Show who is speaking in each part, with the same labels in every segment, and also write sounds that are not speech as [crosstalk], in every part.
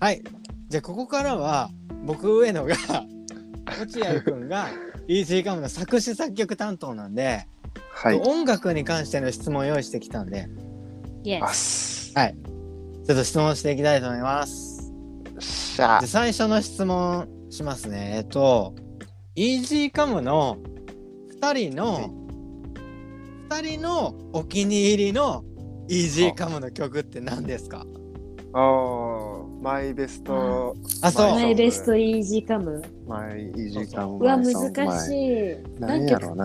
Speaker 1: はい。じゃあ、ここからは、僕、上野が、落合くんが、イージーカムの作詞作曲担当なんで、
Speaker 2: はい。
Speaker 1: 音楽に関しての質問を用意してきたんで、
Speaker 2: あ
Speaker 3: Yes.
Speaker 2: す。
Speaker 1: ちょっと質問していきたいと思います。
Speaker 2: しゃ
Speaker 1: じゃあ最初の質問しますね。えっと、イージーカムの2人の、2人のお気に入りのイージーカムの曲って何ですか
Speaker 2: あ。おーマイベスト。
Speaker 1: あ、そう。
Speaker 2: 前
Speaker 3: マイベストイージーカム。
Speaker 2: マイイージーカム。
Speaker 3: うわ、難し
Speaker 2: い。
Speaker 3: い。
Speaker 2: 何やろうな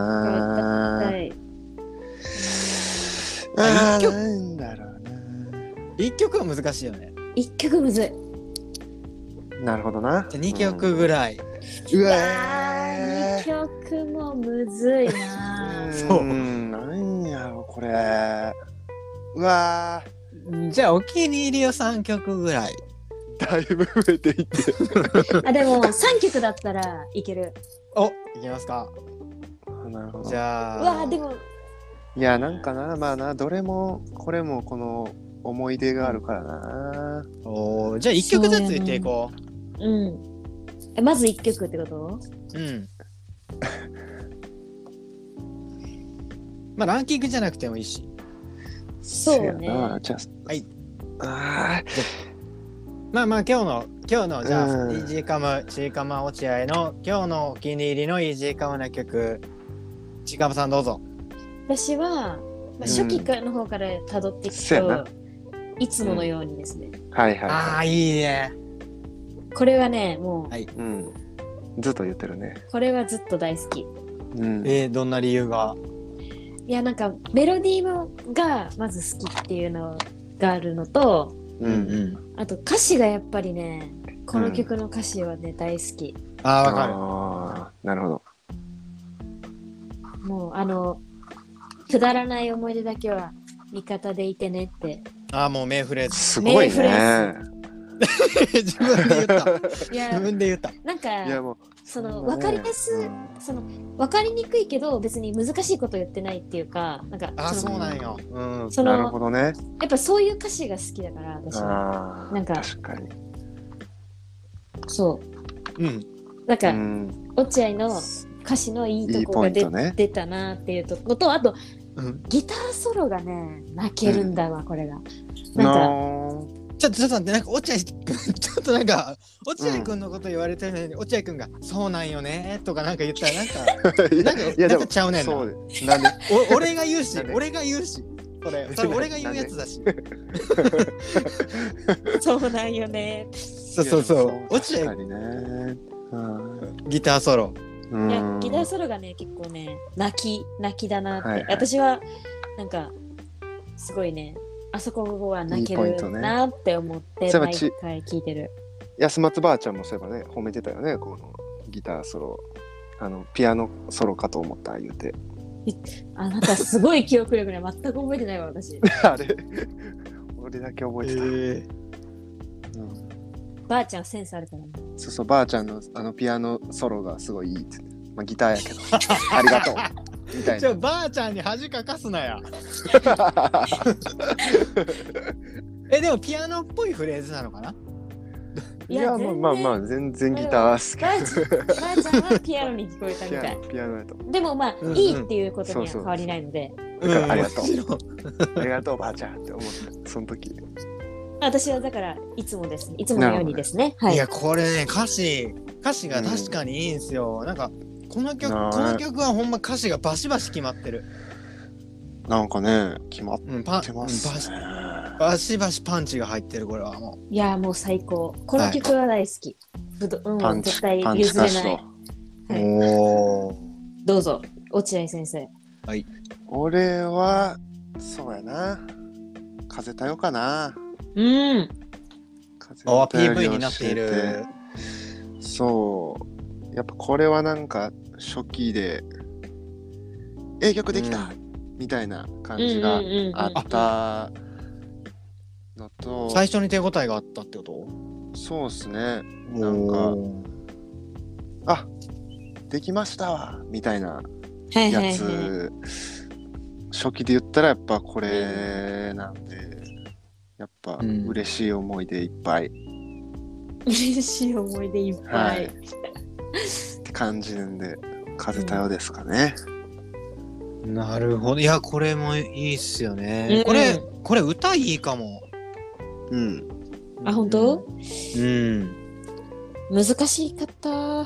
Speaker 3: は。い。
Speaker 2: あ
Speaker 1: 一
Speaker 2: ー
Speaker 1: 曲
Speaker 2: なんだろう
Speaker 1: 1曲は難しいよね。
Speaker 3: 一曲むずい。
Speaker 2: な。なるほどな。
Speaker 1: じゃあ2曲ぐらい。
Speaker 2: うん。うわ
Speaker 3: あー二
Speaker 2: ー。
Speaker 3: 曲もむずいな。
Speaker 1: そう
Speaker 2: ーん。なんやろこれ。うわー。
Speaker 1: じゃあお気に入りを3曲ぐらい。
Speaker 2: だいぶ増えていって。
Speaker 3: あ、でも三曲だったらいける。
Speaker 1: おいきますか。
Speaker 2: なるほど
Speaker 1: じ。ゃ
Speaker 3: う
Speaker 1: あ。
Speaker 3: わ、でも
Speaker 2: いやなんかなまあなどれもこれもこの思い出があるからな
Speaker 1: おーじゃあ1曲ずつ言っていこ
Speaker 3: うん。えまず一曲ってこと
Speaker 1: う。うん。まあランキングじゃなくてもいいし。
Speaker 3: そう
Speaker 2: せ
Speaker 3: ね
Speaker 2: や。なじゃあ
Speaker 1: はい
Speaker 2: あー
Speaker 1: まあまあ今日の今日のじゃあ、
Speaker 2: うん
Speaker 1: イージーカムチーカマ落合の今日のお気に入りのイージーカムな曲ちーかまさんどうぞ
Speaker 3: 私は、まあ、初期からの方から辿っていく
Speaker 2: せやな
Speaker 3: と、いつものようにですね、
Speaker 2: はいはい
Speaker 1: あ
Speaker 2: は
Speaker 1: あいいね
Speaker 3: これはねも
Speaker 1: はいう
Speaker 2: いうんずっと言ってるね
Speaker 3: これはずっと大好き
Speaker 2: うん
Speaker 1: えー、どんな理由が
Speaker 3: いやなんかメロディーもがまず好きっていうのがあるのと
Speaker 2: う
Speaker 1: うんん
Speaker 3: あと歌詞がやっぱりねこの曲の歌詞はね大好き、
Speaker 1: ああわかる
Speaker 2: あーなるほど
Speaker 3: もうあのくだらない思い出だけは味方でいてねって
Speaker 1: ああもう名フレーズ
Speaker 2: すごい
Speaker 3: 名フレ
Speaker 2: ね
Speaker 1: 自分で言
Speaker 3: [laughs]
Speaker 1: った
Speaker 3: いや
Speaker 1: 自分で言った
Speaker 3: なん
Speaker 2: いや
Speaker 3: か
Speaker 2: もう
Speaker 3: その
Speaker 2: んな
Speaker 3: 分
Speaker 2: ね
Speaker 3: かりやすその分かりにくいけど別に難しいこと言ってないっていうかなんか
Speaker 1: ああ
Speaker 3: そ
Speaker 1: そ
Speaker 3: の
Speaker 1: うなんようん
Speaker 3: そ
Speaker 2: なる
Speaker 3: の
Speaker 2: ほどね
Speaker 3: やっぱそういう歌詞が好きだから私は
Speaker 2: あー
Speaker 3: なんか
Speaker 2: 確かに
Speaker 3: そ
Speaker 1: うん
Speaker 3: うなん
Speaker 2: う
Speaker 3: か、
Speaker 2: ん
Speaker 3: 落合の歌詞のいいとこが
Speaker 2: いい
Speaker 3: 出
Speaker 2: ポイントね
Speaker 3: 出たなっていうとことあと
Speaker 1: うん
Speaker 3: ギターソロがね泣けるんだわ、これがなんか
Speaker 2: の
Speaker 1: ちょっとちょっと待ってなんか落合君ちょっとなんか [laughs] 落合君のこと言われてるのに落合君が「そうなんよね」とかなんか言ったらなんか
Speaker 2: ー
Speaker 1: なんか
Speaker 2: [laughs] い
Speaker 1: な
Speaker 2: やで
Speaker 1: んか
Speaker 2: も
Speaker 1: ちゃうねんな
Speaker 2: そうでなんで
Speaker 1: お俺が言うし
Speaker 2: なんで
Speaker 1: 俺が言う
Speaker 2: [laughs]
Speaker 1: しそれそれ俺が言うやつだし
Speaker 3: そうなんよね
Speaker 1: そうそうそう落
Speaker 2: 確か
Speaker 1: 合
Speaker 2: にねうん
Speaker 1: ギターソロ
Speaker 2: う
Speaker 3: いや
Speaker 2: ん
Speaker 3: ギターソロがね結構ね泣き泣きだなって、
Speaker 2: はいはい
Speaker 3: 私はなんかすごいねあそこは泣け
Speaker 2: いいポイント
Speaker 3: る
Speaker 2: ね
Speaker 3: なって思って
Speaker 2: そういえば
Speaker 3: 毎
Speaker 2: ち
Speaker 3: 回聞いてる
Speaker 2: 安松ばあちゃんもそういえばね褒めてたよねこのギターソロあのピアノソロかと思った言うて
Speaker 3: あなたすごい記憶力ね全く覚えてないわ私 [laughs]
Speaker 2: あれ俺だけ覚えてた、うん
Speaker 3: ばあちゃんセンスあるからね
Speaker 2: そうそうばあちゃんのあのピアノソロがすごいいいって、まあ、ギターや
Speaker 1: [laughs]
Speaker 2: けどありがとうみたい
Speaker 1: じゃ
Speaker 2: な
Speaker 1: あばあちゃんに恥かかすなやえでもピアノっぽいフレーズなのかない
Speaker 3: い
Speaker 2: や
Speaker 3: や全然
Speaker 2: まあまあまあ全然ギターっすけ
Speaker 3: ばあちゃんばあちゃんはピアノに聞こえた
Speaker 2: ど [laughs]
Speaker 3: み
Speaker 2: ピ
Speaker 3: た
Speaker 2: ア
Speaker 3: い
Speaker 2: ノピアノやと
Speaker 3: でもまあ、
Speaker 1: うんうん
Speaker 3: いいっていうことには
Speaker 2: そうそう
Speaker 3: 変わりないので
Speaker 2: うんありがとう
Speaker 1: もちろん
Speaker 2: ありがとうばあちゃんって思ったその時
Speaker 3: 私はだからいつもですいつものようにですねはいい
Speaker 1: やこれね歌詞歌詞が確かにいいんすよ、なんかこの曲
Speaker 2: なあ
Speaker 1: この曲はほんま歌詞がバシバシ決まってる、
Speaker 2: なんかね決まっ
Speaker 1: うん、パン
Speaker 2: てますね
Speaker 1: うんバシバシバシパンチが入ってるこれはも
Speaker 3: いやもう最高この曲は大好き、ぶど
Speaker 2: パ
Speaker 3: う
Speaker 2: ン
Speaker 3: ん、
Speaker 2: チ
Speaker 3: 絶対
Speaker 2: パンチ
Speaker 3: 譲れ
Speaker 2: 歌詞
Speaker 3: ない
Speaker 1: う、
Speaker 2: と
Speaker 3: はい
Speaker 1: おお
Speaker 3: どうぞ落合先生
Speaker 2: 俺はそうやな風太よかな
Speaker 3: うん
Speaker 2: 風
Speaker 1: あ
Speaker 2: 太より
Speaker 1: PV になってい
Speaker 2: 教え
Speaker 1: る
Speaker 2: てそうやっぱこれはなんか初期でええ曲できた、
Speaker 1: う
Speaker 2: みたいな感
Speaker 3: うんう
Speaker 2: じ
Speaker 3: ん
Speaker 2: が
Speaker 3: うんうん
Speaker 2: あったのと、
Speaker 1: 最初に手応えがあったってこと
Speaker 2: そうっすねなんか
Speaker 1: おー
Speaker 2: あできましたわみたいな
Speaker 3: はいはい
Speaker 2: や
Speaker 3: は
Speaker 2: つ初期で言ったらやっぱこれなんでやっぱ
Speaker 1: うん
Speaker 2: 嬉しい思いでいっぱい
Speaker 3: 嬉しい思い出いっぱ
Speaker 2: はい
Speaker 3: い。
Speaker 2: って感じなんで、風太郎ですかね。
Speaker 1: なるほどいやこれもいいっすよね、
Speaker 3: うん
Speaker 1: これこれ歌いいかも
Speaker 2: うん。
Speaker 3: あ本当
Speaker 1: うん
Speaker 3: 難しかった。
Speaker 1: あ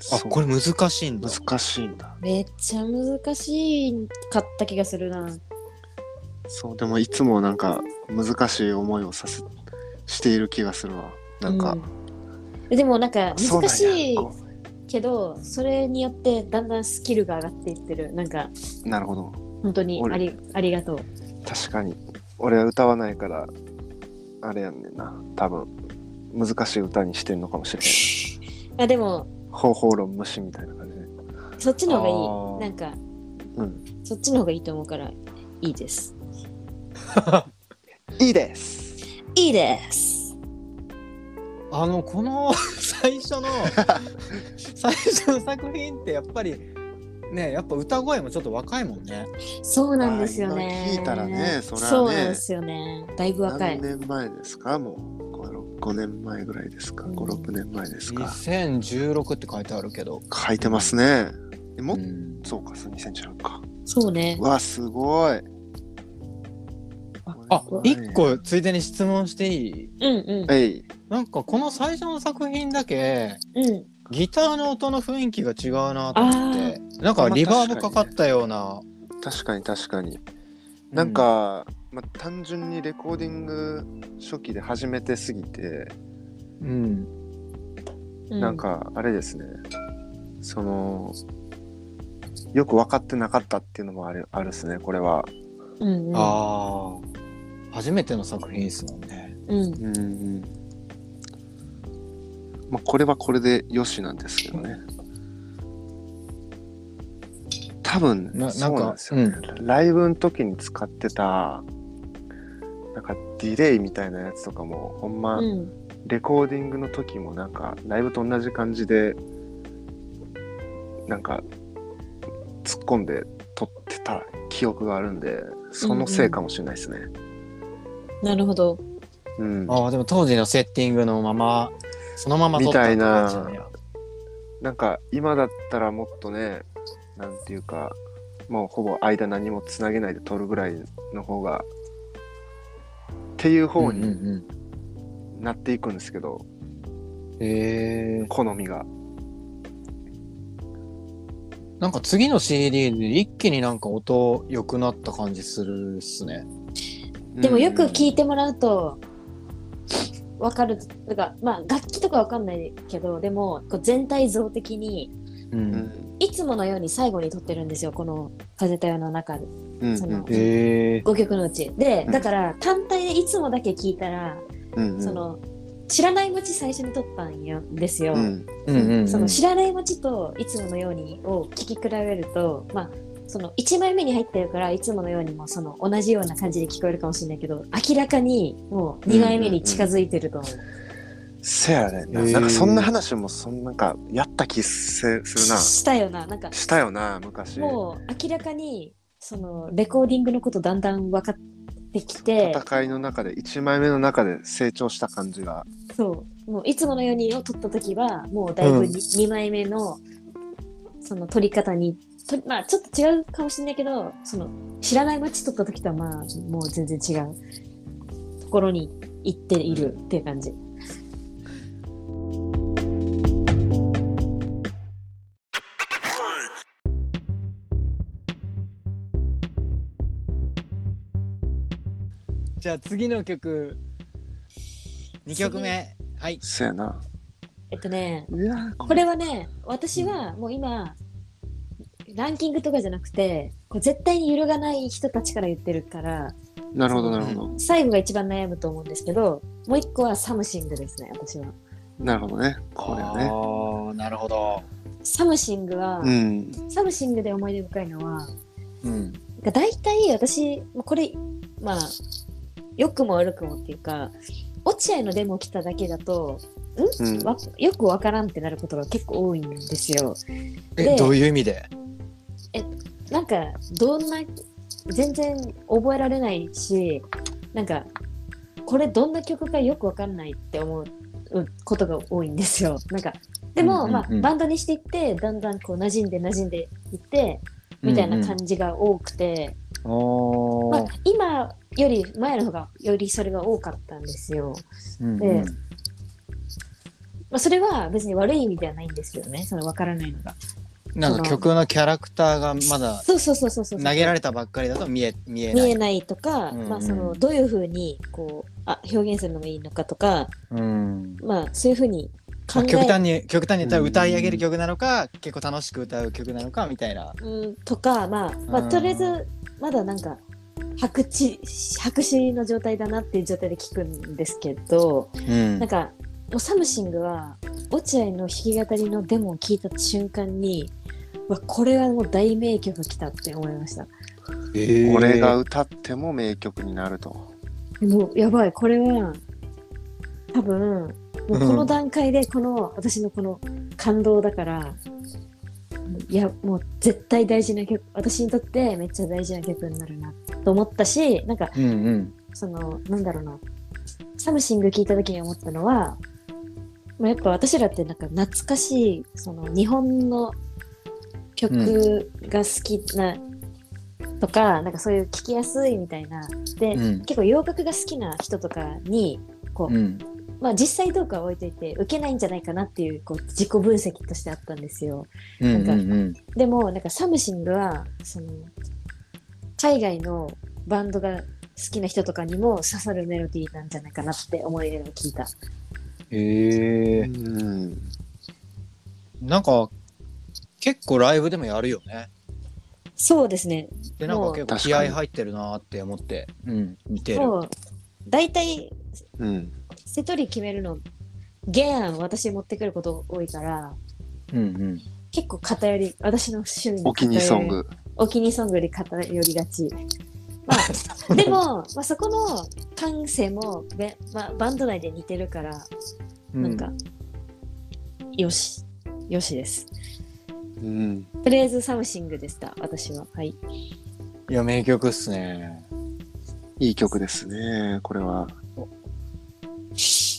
Speaker 2: そう
Speaker 1: これ難しいんだ
Speaker 2: 難しいんだ。
Speaker 3: めっちゃ難しかった気がするな。
Speaker 2: そう、でもいつもなんか難しい思いをさせ、している気がするわ。なんか、
Speaker 3: うんでもなんか
Speaker 2: そうなんや
Speaker 3: 難しい
Speaker 2: こ
Speaker 3: けどそれによってだんだんスキルが上がっていってるなんか
Speaker 2: うなるほど。
Speaker 3: 本当にありありがとう
Speaker 2: 確かに。俺は歌わないから、あれやんねんな。多分、難しい歌にしてんのかもしれない。
Speaker 3: [laughs] あでも
Speaker 2: 方法論無視みたいな感じで。
Speaker 3: そっちの
Speaker 1: あ
Speaker 3: 方
Speaker 1: ー
Speaker 3: がいいなんか
Speaker 2: うん。
Speaker 3: そっちの方がいいと思うからいいです
Speaker 2: いいです
Speaker 3: いいです
Speaker 1: あのこの最 [laughs] 初の最初の作品ってやっぱりねやっぱ歌声もちょっと若いもんね
Speaker 3: そうなんですよね
Speaker 2: あ今聞いたらねそりゃね
Speaker 3: そうなんですよねだいぶ若い
Speaker 2: 何年前ですかもう5 6 5年前ぐらいですか
Speaker 3: うん
Speaker 2: 56年前ですか
Speaker 1: 2016って書いてあるけど
Speaker 2: 書いてますねえもっ
Speaker 1: う
Speaker 2: と
Speaker 1: ん
Speaker 2: そうか2016か
Speaker 3: そうね
Speaker 2: うわすごい
Speaker 3: あ
Speaker 1: あ
Speaker 2: これはね
Speaker 1: 一個ついでに質問していい
Speaker 3: うんう
Speaker 2: えい
Speaker 1: なんかこの最初の作品だけ
Speaker 3: んうん
Speaker 1: ギターの音の雰囲気が違うなと思ってなんかリバーブかかったような、
Speaker 2: 確かに確かになんか、まあ、単純にレコーディング初期で初めてすぎて、
Speaker 1: うん
Speaker 3: うん
Speaker 2: なんかあれですねそのよく分かってなかったっていうのもあるあるっすねこれは
Speaker 3: うんうん
Speaker 1: あー初めての作品ですもんね
Speaker 3: うん
Speaker 2: うんまあ、これはこれでよしなんですけどね。多分
Speaker 1: ななんか
Speaker 2: そうなんですよね、ライブの時に使ってたなんかディレイみたいなやつとかもほんま
Speaker 3: うん
Speaker 2: レコーディングの時もなんかライブと同じ感じでなんか突っ込んで撮ってた記憶があるんでそのせいかもしれないですね。
Speaker 3: なるほど
Speaker 2: うん
Speaker 1: ああでも当時のセッティングのままそのまま撮ったって感じなん
Speaker 2: みたい
Speaker 1: や
Speaker 2: なんか今だったらもっとねなんていうかもうほぼ間何もつなげないで撮るぐらいの方がっていう方
Speaker 1: うんう
Speaker 2: に
Speaker 1: んうん
Speaker 2: なっていくんですけど、
Speaker 1: へえ
Speaker 2: 好みが
Speaker 1: なんか次の CD で一気になんか音良くなった感じするっすね。
Speaker 3: でもよく
Speaker 2: うん
Speaker 3: 聞いてもらうとわかるとかまあ楽器とかわかんないけどでもこう全体像的に
Speaker 1: う。
Speaker 2: うんん
Speaker 3: いつものように最後に撮ってるんですよこの「風太陽」の中で
Speaker 2: うん
Speaker 3: その
Speaker 1: へえ
Speaker 3: 5曲のうちで
Speaker 2: うん
Speaker 3: だから単体でいつもだけ聞いたら、
Speaker 2: うんうん
Speaker 3: その知らないうち最初に撮ったんよですよ、
Speaker 2: うん
Speaker 1: うんうんうん。
Speaker 3: その知らない街といつものようにを聞き比べると、まあ、その1枚目に入ってるからいつものようにもその同じような感じで聞こえるかもしれないけど明らかにもう2枚目に近づいてると思う。
Speaker 2: せやねんな,、
Speaker 1: へー
Speaker 2: なんかそんな話もそんなんかやった気せするな
Speaker 3: したよななんか
Speaker 2: したよな昔
Speaker 3: もう明らかにそのレコーディングのことだんだん分かってきて
Speaker 2: 戦いの中で1枚目の中で成長した感じが
Speaker 3: そうもういつものようにを撮った時はもうだいぶ
Speaker 1: うん
Speaker 3: 2,、二枚目のその撮り方にとまあちょっと違うかもしれないけどその知らない街撮った時とはまあもう全然違うところに行っているっていう感じ。
Speaker 1: じゃあ次の曲二曲目はい。
Speaker 2: せやな
Speaker 3: えっとね
Speaker 2: いやーこ
Speaker 3: これはね私はもう今ランキングとかじゃなくてこう絶対に揺るがない人たちから言ってるから
Speaker 2: なるほどなるほど、
Speaker 3: 最後が一番悩むと思うんですけどもう一個はサムシングですね私は。
Speaker 2: なるほどねこれね
Speaker 1: ああなるほど。
Speaker 3: サムシングは、
Speaker 2: うん
Speaker 3: サムシングで思い出深いのは
Speaker 1: うん。
Speaker 3: なんか大体私これまあ良くも悪くもっていうか落合のデモ来ただけだと、ん
Speaker 2: うん
Speaker 3: わよくわからんってなることが結構多いんですよ。
Speaker 1: え
Speaker 3: で
Speaker 1: どういう意味で？
Speaker 3: なんかどんな全然覚えられないしなんかこれどんな曲かよくわかんないって思うことが多いんですよ。なんかで
Speaker 1: うんう
Speaker 3: も、
Speaker 1: んうん
Speaker 3: まあ、バンドにしていってだんだんこう馴染んで馴染んでいってみたいな感じが多くて、
Speaker 1: うんうんお
Speaker 3: まあ
Speaker 1: ー、
Speaker 3: 今より前の方がよりそれが多かったんですよ。
Speaker 1: うん
Speaker 3: でまあ、それは別に悪い意味ではないんですけどねそのわからないのが。
Speaker 1: なんか曲のキャラクターがまだ
Speaker 3: そうそうそうそうそう
Speaker 1: 投げられたばっかりだと見え見えな
Speaker 3: 見え
Speaker 1: い。
Speaker 3: ないとか、
Speaker 1: うんうん
Speaker 3: まあ、そのどういうふうにこうあ表現するのがいいのかとか、
Speaker 1: うん
Speaker 3: まあ、そういうふうに考
Speaker 1: まあ
Speaker 3: え
Speaker 1: 極端に極端に言ったら歌い上げる曲なのか、結構楽しく歌う曲なのかみたいな。
Speaker 3: うんとか、まあ、まあ、
Speaker 1: うん
Speaker 3: とりあえず、まだなんか、白痴、白紙の状態だなっていう状態で聞くんですけど、
Speaker 1: うん
Speaker 3: なんか、もうサムシングは、落合の弾き語りのデモを聞いた瞬間に、うわ、これはもう大名曲来たって思いました。
Speaker 2: 俺が歌っても名曲になると。
Speaker 3: もう、やばい、これは、多分、もうこの段階で、この、私のこの感動だから、いや、もう絶対大事な曲、私にとってめっちゃ大事な曲になるなと思ったし、なんか、
Speaker 1: うんうん
Speaker 3: そのなんだろうなサムシング聞いた時に思ったのは、まあ、やっぱ私らってなんか懐かしいその日本の曲が好きな、とかなんかそういう聞きやすいみたいなで、
Speaker 1: うん
Speaker 3: 結構洋楽が好きな人とかにこう、
Speaker 1: うん
Speaker 3: まあ、実際どうかは置いといて受けないんじゃないかなっていうこう自己分析としてあったんですよ。
Speaker 1: うん
Speaker 3: なんか
Speaker 1: うん
Speaker 3: でもなんかサムシングはその海外のバンドが好きな人とかにも刺さるメロディーなんじゃないかなって思い出を聞いた。
Speaker 1: へ
Speaker 2: う
Speaker 1: え。
Speaker 2: ん。
Speaker 1: なんか結構ライブでもやるよね。
Speaker 3: そうですね。
Speaker 1: でなん
Speaker 3: も
Speaker 1: か
Speaker 3: う
Speaker 1: 結構気合入ってるなーって思って、うん、見てる。
Speaker 3: もう大体
Speaker 2: うん。
Speaker 3: セトリ決めるの原案私持ってくること多いから
Speaker 1: うん
Speaker 3: 結構偏り私の趣味
Speaker 2: お気に
Speaker 3: に偏り
Speaker 2: 入りソング。
Speaker 3: お気に入りソングより偏りがち。まあ、でも、まあ、そこの感性もべ、まあ、バンド内で似てるから
Speaker 1: うん。
Speaker 3: なんか、よし、よしです。
Speaker 2: うん。
Speaker 3: とりあえずサムシングでした、私は。はい。
Speaker 1: いや名曲っすね。
Speaker 2: いい曲ですね、これは。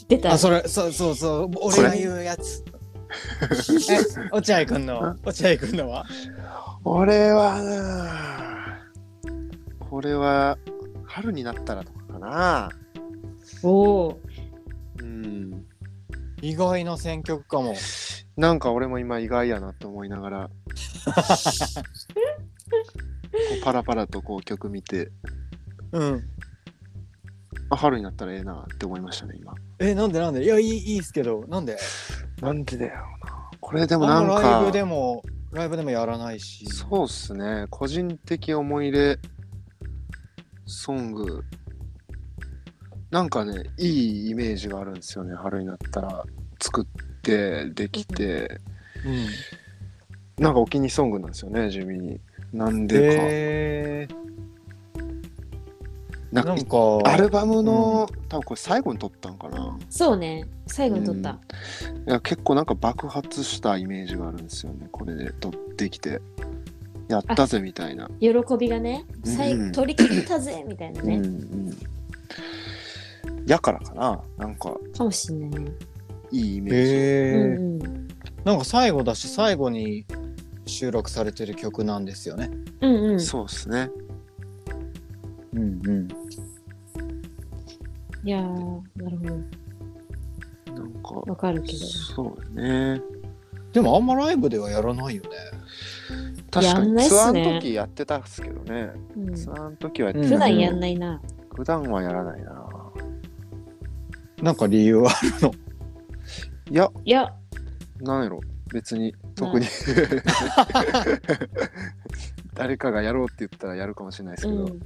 Speaker 3: 出た。
Speaker 1: あそれそうそうそう俺が言うやつ。え落合くん [laughs] の落合くんのは。
Speaker 2: 俺はなあこれは、春になったらとかかな。
Speaker 3: おお。
Speaker 2: うん。
Speaker 1: 意外な選曲かも。
Speaker 2: なんか俺も今意外やなと思いな
Speaker 1: [laughs]
Speaker 2: がら。こうパラパラとこう曲見て、
Speaker 1: うん。
Speaker 2: あ、春になったらええなって思いましたね、今。
Speaker 1: えなんでなんでいやいいいいっすけどなんで。
Speaker 2: なんでだよな。これでもな
Speaker 1: あ
Speaker 2: ん
Speaker 1: んま
Speaker 2: か。
Speaker 1: ライブでもライブでもやらないし。
Speaker 2: そうっすね。個人的思い入れ、ソング。なんかね、いいイメージがあるんですよね。春になったら作って、できて。
Speaker 1: うん。
Speaker 2: なんかお気に入りソングなんですよね、地味に。なんでか。
Speaker 1: へえ
Speaker 2: なん
Speaker 1: な
Speaker 2: か
Speaker 1: んか
Speaker 2: アルバムの、多分これ最後に撮ったんかな。
Speaker 3: そうね。最後に撮った。
Speaker 2: いや結構なんか爆発したイメージがあるんですよね。これで撮ってきて。やったぜみたいな。
Speaker 3: 喜びがね、最
Speaker 2: うん
Speaker 3: 取り切ったぜみたいな
Speaker 2: うん
Speaker 3: ね
Speaker 2: う。ん。やからかな。なんか
Speaker 3: かもしんないね。
Speaker 2: いいイメージ。
Speaker 1: へ
Speaker 3: う
Speaker 1: ー
Speaker 3: んうん。
Speaker 1: なんか最後だし最後に収録されてる曲なんですよね。
Speaker 3: うんうん。
Speaker 2: そうですね。
Speaker 1: うんうん。
Speaker 3: いやー、なるほど。
Speaker 2: なんか、
Speaker 3: わかるけど。
Speaker 2: そうね。
Speaker 1: でもあんまライブではやらないよね。
Speaker 2: 確か
Speaker 3: やんな
Speaker 2: に
Speaker 3: いっす
Speaker 2: ツ
Speaker 3: ね
Speaker 2: アーの時やってたっすけどね。
Speaker 3: うん
Speaker 2: ツアーの時はやって
Speaker 1: うん
Speaker 2: たけ
Speaker 3: 普
Speaker 2: ど
Speaker 3: 段やんないな。
Speaker 2: 普段はやらないな。
Speaker 1: なんか理由は。
Speaker 2: いや、
Speaker 3: いや、
Speaker 2: なんやろ。別に、特に。 [laughs] 誰かがやろうって言ったらやるかもしれないです
Speaker 3: う
Speaker 2: けど。
Speaker 3: ん。
Speaker 1: [laughs]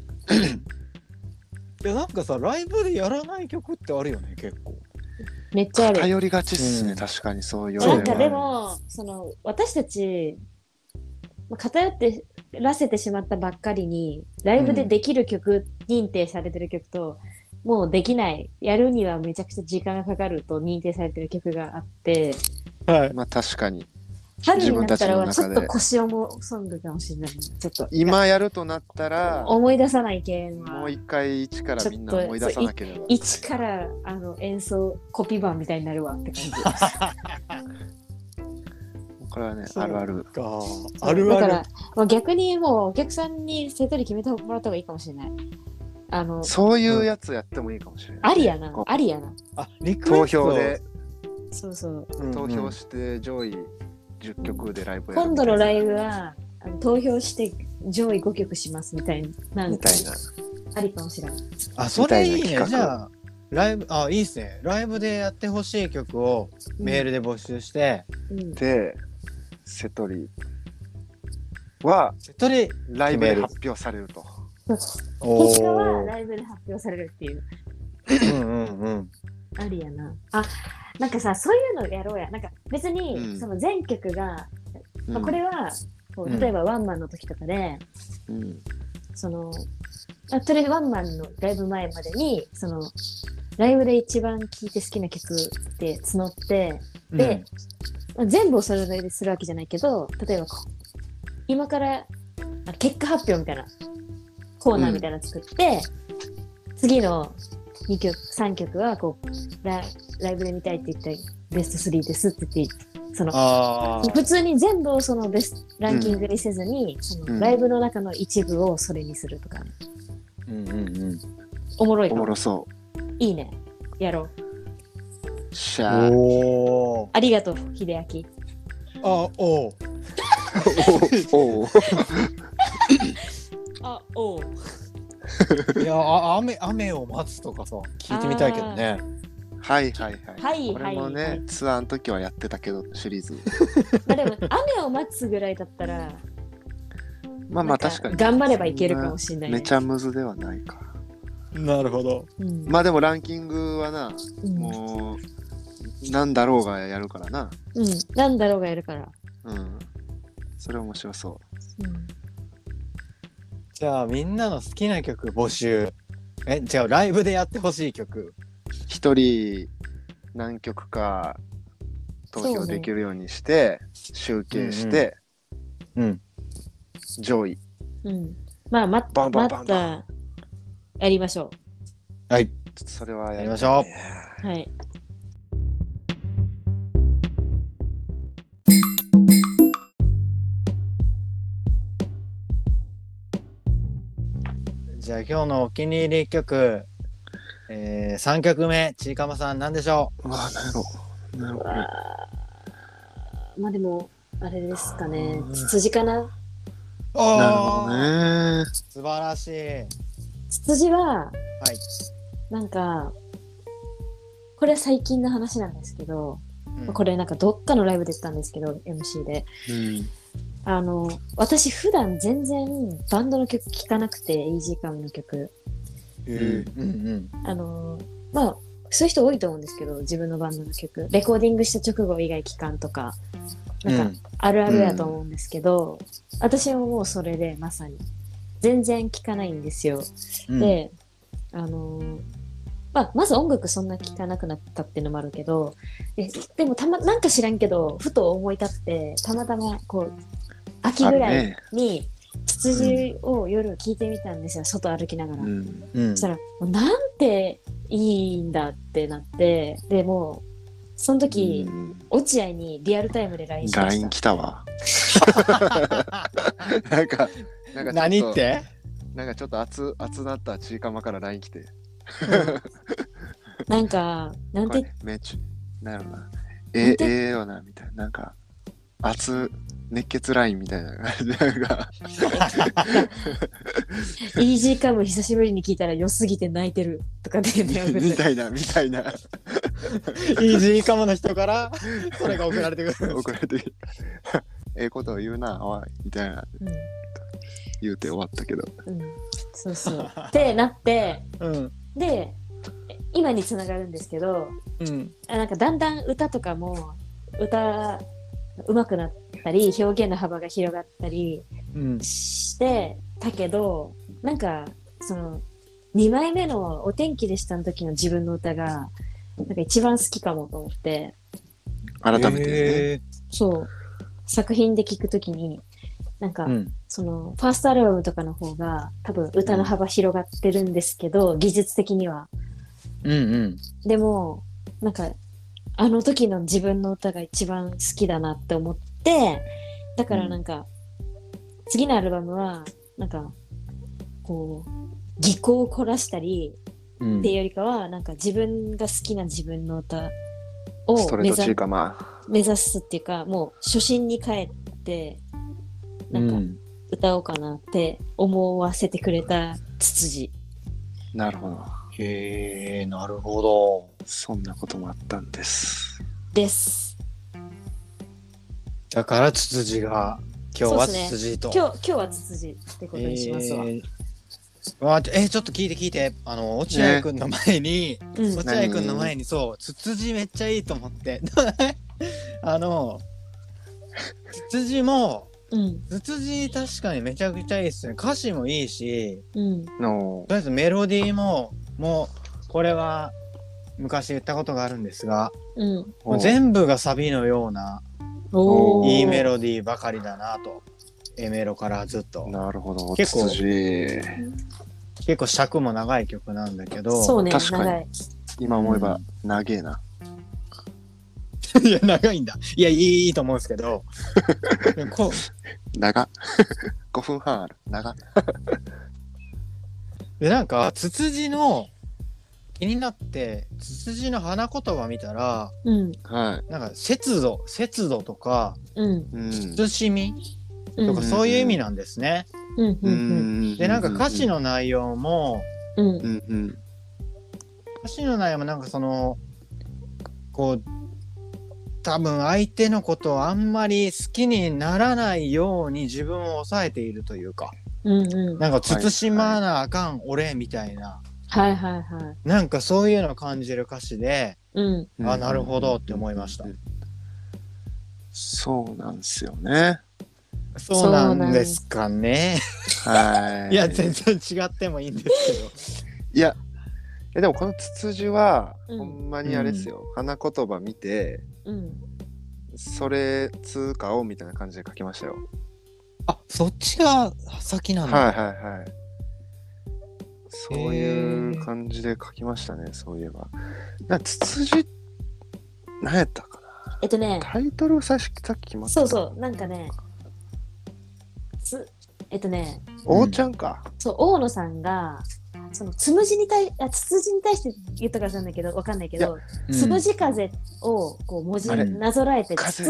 Speaker 1: いやなんかさライブでやらない曲ってあるよね結構。
Speaker 3: めっちゃある。
Speaker 2: 頼りがちっすね、
Speaker 1: うん
Speaker 2: 確かにそう言われ
Speaker 3: なん
Speaker 2: れ
Speaker 3: か
Speaker 2: ば
Speaker 3: でもその私たちまあ偏ってらせてしまったばっかりにライブでできる曲、認定されてる曲ともうできないやるにはめちゃくちゃ時間がかかると認定されてる曲があって
Speaker 1: はい。
Speaker 2: まあ確かに。
Speaker 3: 春になったらは
Speaker 2: 自
Speaker 3: ち
Speaker 2: 分たちの中
Speaker 3: ょっと
Speaker 2: で
Speaker 3: 腰をもソングかもしれない。ちょっと
Speaker 2: 今やるとなったら
Speaker 3: 思い出さない系
Speaker 2: も
Speaker 3: は
Speaker 2: う一回一からみんな思い出さなければ
Speaker 3: 一からあの演奏コピー版みたいになるわって感じ。
Speaker 2: これはね
Speaker 3: そう
Speaker 2: ある [laughs] ある
Speaker 1: か
Speaker 3: そう
Speaker 1: ある
Speaker 3: だか
Speaker 1: あ
Speaker 3: らもう逆にもうお客さんにセトリ決めてもらった方がいいかもしれない。あの
Speaker 2: そういうやつやってもいいかもしれない
Speaker 3: ありやな
Speaker 2: こう
Speaker 3: ありやな。
Speaker 1: るあリクエスト
Speaker 2: 投票で
Speaker 3: そうそう。
Speaker 1: うんうん
Speaker 2: 投票して上位10曲でライブやる
Speaker 3: 今度のライブはあの投票して上位5曲しますみたいななん
Speaker 2: み
Speaker 3: か
Speaker 2: たいな
Speaker 3: ありかもしれない。
Speaker 1: あそれいい
Speaker 2: みたい
Speaker 1: ね
Speaker 2: な企画
Speaker 1: じゃあライブあいいっすねライブでやってほしい曲をメールで募集して、
Speaker 3: うん
Speaker 2: でセトリは
Speaker 1: それ
Speaker 2: ライブで発表されると
Speaker 1: お
Speaker 3: 結果は
Speaker 1: ー
Speaker 3: ライブで発表されるっていう。
Speaker 1: うんうんうん
Speaker 3: ありやな。あなんかさそういうのやろうや。なんか別に、
Speaker 2: うん
Speaker 3: その全曲が、まあ、これはこう
Speaker 1: うん
Speaker 3: 例えばワンマンの時とかで、
Speaker 2: うん
Speaker 3: そのあとりあえずワンマンのライブ前までにそのライブで一番聴いて好きな曲って募って、で、まあ全部をそれぞれするわけじゃないけど例えばこう今からあ結果発表みたいなコーナーみたいなの作って、次の2曲3曲はこうラライブで見たいって言ったベスト3ですって言ってその
Speaker 1: ああ
Speaker 3: 普通に全部をそのベストランキングにせずに、その
Speaker 2: うん
Speaker 3: ライブの中の一部をそれにするとかね、
Speaker 1: うんうんうん
Speaker 3: おもろい
Speaker 2: お
Speaker 3: か
Speaker 2: も
Speaker 3: も
Speaker 2: ろそ
Speaker 3: いいねやろう
Speaker 2: うしゃあ
Speaker 1: おお
Speaker 3: ありがとう秀明
Speaker 1: あおー
Speaker 2: お
Speaker 3: [laughs]
Speaker 2: お
Speaker 3: あおう
Speaker 1: いやあ雨雨を待つとかさ聞いてみたいけどね
Speaker 2: はいはいはい。
Speaker 3: はい
Speaker 2: これもね、
Speaker 3: はいはい
Speaker 2: ツアーの時はやってたけど、シリーズ。
Speaker 3: まあでも雨を待つぐらいだったら
Speaker 2: まあまあ
Speaker 3: なん
Speaker 2: 確かに。
Speaker 3: 頑張ればいけるかもしれないね、
Speaker 2: めちゃむずではないか。
Speaker 1: なるほど
Speaker 3: うん
Speaker 2: まあでもランキングはな、
Speaker 3: うん
Speaker 2: もう、なんだろうがやるからな。
Speaker 3: うん、なんだろうがやるから、
Speaker 2: うん。それ面白そ
Speaker 3: うん
Speaker 1: じゃあみんなの好きな曲募集えじゃあライブでやってほしい曲
Speaker 2: う。一人何曲か投
Speaker 3: そう
Speaker 2: 票
Speaker 3: ね
Speaker 2: できるようにして、集計して、
Speaker 1: うん
Speaker 2: 上位。
Speaker 3: うん、まあ待っ
Speaker 2: バンバン
Speaker 3: 待
Speaker 2: バ
Speaker 3: っ
Speaker 2: ンバン。
Speaker 3: たやりましょ
Speaker 1: はい
Speaker 2: それは
Speaker 1: やり
Speaker 2: やり
Speaker 1: ま
Speaker 2: ま
Speaker 1: しょう
Speaker 3: うはい
Speaker 1: じゃあ今日のお気に入り曲、えー、3曲目ちいかまさん何でしょ
Speaker 2: うわ、なんやろ。なんやろ。
Speaker 3: まあでもあれですかねツツジかな
Speaker 1: う
Speaker 2: なるほど
Speaker 1: ね
Speaker 2: ね。
Speaker 1: 素晴らしいはい
Speaker 3: ツツジはなんかこれは最近の話なんですけど、
Speaker 1: うん
Speaker 3: これなんかどっかのライブで言ったんですけど MC で
Speaker 2: うん。
Speaker 3: あの私普段全然バンドの曲聴かなくてイージーカムの曲
Speaker 1: うんうん
Speaker 3: あのまあそういう人多いと思うんですけど自分のバンドの曲レコーディングした直後以外聴かんとか
Speaker 1: う
Speaker 3: なんか、
Speaker 1: ん
Speaker 3: あるあるやと思うんですけど、私ももうそれでまさに全然聞かないんですよ。
Speaker 1: うん
Speaker 3: で、あのーまあ、まず音楽そんな聞かなくなったっていうのもあるけどえでもたまなんか知らんけどふと思い立ってたまたまこう秋ぐらいに羊を夜聞いてみたんですよ、外歩きながら。
Speaker 2: うん。
Speaker 1: うん
Speaker 3: そしたら、もうなんていいんだってなって、でもう、その時、
Speaker 2: うん
Speaker 3: 落合にリアルタイムで LINE しました。
Speaker 2: LINE 来たわ。
Speaker 1: [laughs]
Speaker 2: なんか、なんか
Speaker 1: 何
Speaker 2: ちょ
Speaker 1: っ
Speaker 2: っ
Speaker 1: [laughs]
Speaker 2: と、
Speaker 1: て
Speaker 2: なんかちょっと熱、熱なったちいかまから LINE 来て。
Speaker 3: なんか、なん
Speaker 2: これ
Speaker 3: て、
Speaker 2: ねめっちゃ、なんやろな。
Speaker 3: な
Speaker 2: え
Speaker 3: ん、て
Speaker 2: ええよな、みたいな。なんか、熱、熱血 LINE みたいな感じで。なんか、
Speaker 3: イージーカム久しぶりに聞いたら良すぎて泣いてるとかって言って
Speaker 2: みたいな、みたいな。
Speaker 1: イージーカムの人からそれが送られてくる
Speaker 2: 送られてきた。 [laughs] ええことを言うな、おい、みたいな。言うて終わったけど。
Speaker 3: うん、うん、そうそう。ってなって、
Speaker 1: うん
Speaker 3: で、今につながるんですけど、
Speaker 1: うん
Speaker 3: あなんかだんだん歌とかも、歌、上手くなったり、表現の幅が広がったり、
Speaker 1: うん
Speaker 3: してたけどなんかその2枚目の「お天気でした」の時の自分の歌がなんか一番好きかもと思って
Speaker 2: 改めてね。
Speaker 1: え
Speaker 3: そう作品で聞くときに、なんか、
Speaker 1: うん
Speaker 3: その、ファーストアルバムとかの方が、多分歌の幅広がってるんですけど、技術的には。
Speaker 1: うんうん
Speaker 3: でも、なんか、あの時の自分の歌が一番好きだなって思って、だからなんか、次のアルバムは、なんか、こう、技巧を凝らしたり、
Speaker 1: うん
Speaker 3: っていうよりかは、なんか自分が好きな自分の歌
Speaker 2: スト
Speaker 3: を
Speaker 2: レ
Speaker 3: 目
Speaker 2: ート
Speaker 3: ざ
Speaker 2: チーカマ
Speaker 3: 目指すっていうか、もう初心に帰って、なんか
Speaker 1: うん
Speaker 3: 歌おうかなって思わせてくれたツツジ。
Speaker 2: なるほど
Speaker 1: へえなるほど
Speaker 2: そんなこともあったんです
Speaker 3: です。
Speaker 1: だからツツジが今日は
Speaker 3: そうっ
Speaker 1: ツ
Speaker 3: すね
Speaker 1: ツジと、
Speaker 3: 今日、今日はツツジってことにしますわ。
Speaker 1: えーわあちょえーちょっと聞いて聞いてあの落合くんの前に、
Speaker 3: うん
Speaker 1: 落合くんの前にそうツツジめっちゃいいと思って [laughs] あのツツジも
Speaker 3: うん、
Speaker 1: ツツジ確かにめちゃくちゃいいですね歌詞もいいし
Speaker 3: うん、
Speaker 2: の
Speaker 1: とりあえずメロディーももうこれは昔言ったことがあるんですが
Speaker 3: うん。
Speaker 1: もう全部がサビのような
Speaker 3: おー
Speaker 1: いいメロディーばかりだなと A メロからずっと
Speaker 2: なるほど
Speaker 1: 結構
Speaker 2: 辻
Speaker 1: 結構尺も長い曲なんだけど
Speaker 3: そうね、
Speaker 2: 確かに
Speaker 3: 長い。
Speaker 2: 今思えば長えな、
Speaker 1: [laughs] いや、長いんだ。いや、いいいいと思うんですけど。でもこ
Speaker 2: 長っ [laughs] 5分半ある長っ
Speaker 1: うで、なんか、ツツジの、気になって、ツツジの花言葉見たら、
Speaker 3: うん、
Speaker 2: は
Speaker 1: なんか、節度、節度とか、
Speaker 3: うん、
Speaker 2: い、うん、
Speaker 1: 慎み
Speaker 3: うん、
Speaker 1: と
Speaker 3: う
Speaker 1: か、
Speaker 3: ん
Speaker 1: そういう意味なんですね。
Speaker 3: うん、
Speaker 2: う
Speaker 3: うん、
Speaker 2: ん
Speaker 1: で、なんか歌詞の内容も、
Speaker 3: うん
Speaker 2: う、んうん
Speaker 1: 歌詞の内容もなんかその、こう、多分相手のことをあんまり好きにならないように自分を抑えているというか、
Speaker 3: うん、うん。
Speaker 1: なんか慎まなあかん俺みたいな、
Speaker 3: はいはいはい。
Speaker 1: なんかそういうのを感じる歌詞で、
Speaker 3: うん、
Speaker 2: うん
Speaker 1: あなるほどって思いました
Speaker 2: そうなんですよ
Speaker 1: [laughs]
Speaker 2: ね
Speaker 1: そうなんですかね。
Speaker 2: はい
Speaker 1: いや、全然違ってもいいんです
Speaker 2: いやえでもこのツツジは、
Speaker 3: うん
Speaker 2: ほんまにあれですよ、花言葉見て
Speaker 3: うん。
Speaker 2: それ通貨をみたいな感じで書きましたよ、
Speaker 1: け [laughs] ど。あ、そっちが先なんだ。
Speaker 2: はいはいはいそういう感じで書きましたねそういえばなツツジ何やったかな
Speaker 3: えっとね、
Speaker 2: タイトルさっきさっき決まった
Speaker 3: そうそう、なんかね、つえっとね、
Speaker 2: 王ちゃんか、
Speaker 3: そう、大野さんが、その、つむじに対、あ、つつじに対して言ったかじゃないけど、わかんないけど、
Speaker 1: うん
Speaker 3: つむじ風を、こう、文字
Speaker 2: あれ
Speaker 3: なぞらえて、つ
Speaker 2: 風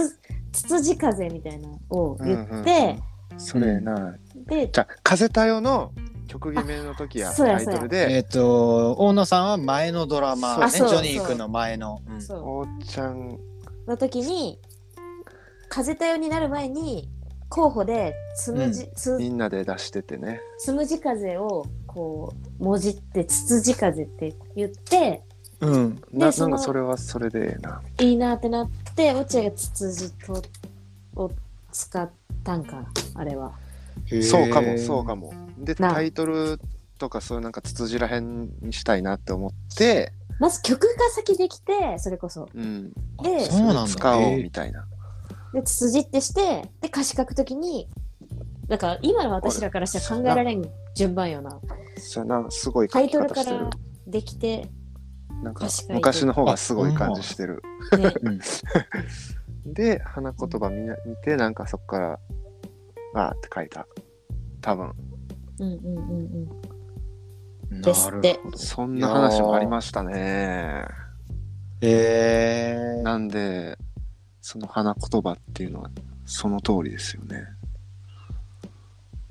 Speaker 3: つ、つつじ風みたいなのを
Speaker 2: うんう
Speaker 3: 言
Speaker 2: んうん
Speaker 3: って、
Speaker 2: それな
Speaker 3: で、
Speaker 2: じゃあ風太陽の曲決めの時や
Speaker 3: あそう
Speaker 2: タ
Speaker 3: や
Speaker 2: イトル
Speaker 1: え
Speaker 2: で
Speaker 1: っと、大野さんは前のドラマ、ね、
Speaker 2: あ
Speaker 1: ジ
Speaker 3: そう
Speaker 1: ョニー君の前の。うん
Speaker 3: そ
Speaker 2: 王ちゃん
Speaker 3: う、の時に、風太陽になる前に、候補で、つむじ、つ
Speaker 2: みんなで出しててね
Speaker 3: つむじ風を、こう、文字って、つつじ風って言って、
Speaker 1: うん。
Speaker 2: な
Speaker 3: で
Speaker 2: な
Speaker 3: そ
Speaker 2: ん
Speaker 3: の
Speaker 2: かそれはそれでええない
Speaker 3: いなってなって落合がつつじとを使ったんかなあれは
Speaker 2: そうかもそうかもで
Speaker 3: なあ
Speaker 2: タイトルとかそういうなんかつつじらへんにしたいなって思って、
Speaker 3: まず曲が先できてそれこそ
Speaker 2: うん、
Speaker 1: あ
Speaker 3: で
Speaker 1: そうなんだ。
Speaker 2: 使おう
Speaker 1: へ
Speaker 2: みたいな、
Speaker 3: でつつじってしてで歌詞書くときにだから今の私らからしたら考えられん順番よな
Speaker 2: それなすごい
Speaker 3: タ
Speaker 2: 書
Speaker 3: イ
Speaker 2: き
Speaker 3: トル
Speaker 2: 方
Speaker 3: か
Speaker 2: してる
Speaker 3: らできて、ね、
Speaker 2: なんか
Speaker 3: 確かに
Speaker 2: 昔の方がすごい感じしてる [laughs] で花言葉見な見てなんかそっからわーって書いた多分
Speaker 3: うんうんうんうん
Speaker 1: え
Speaker 3: ですっ
Speaker 1: な
Speaker 3: て
Speaker 1: るほど
Speaker 2: そんな話もありましたね
Speaker 1: へえ
Speaker 2: なんでその花言葉っていうのはその通りですよね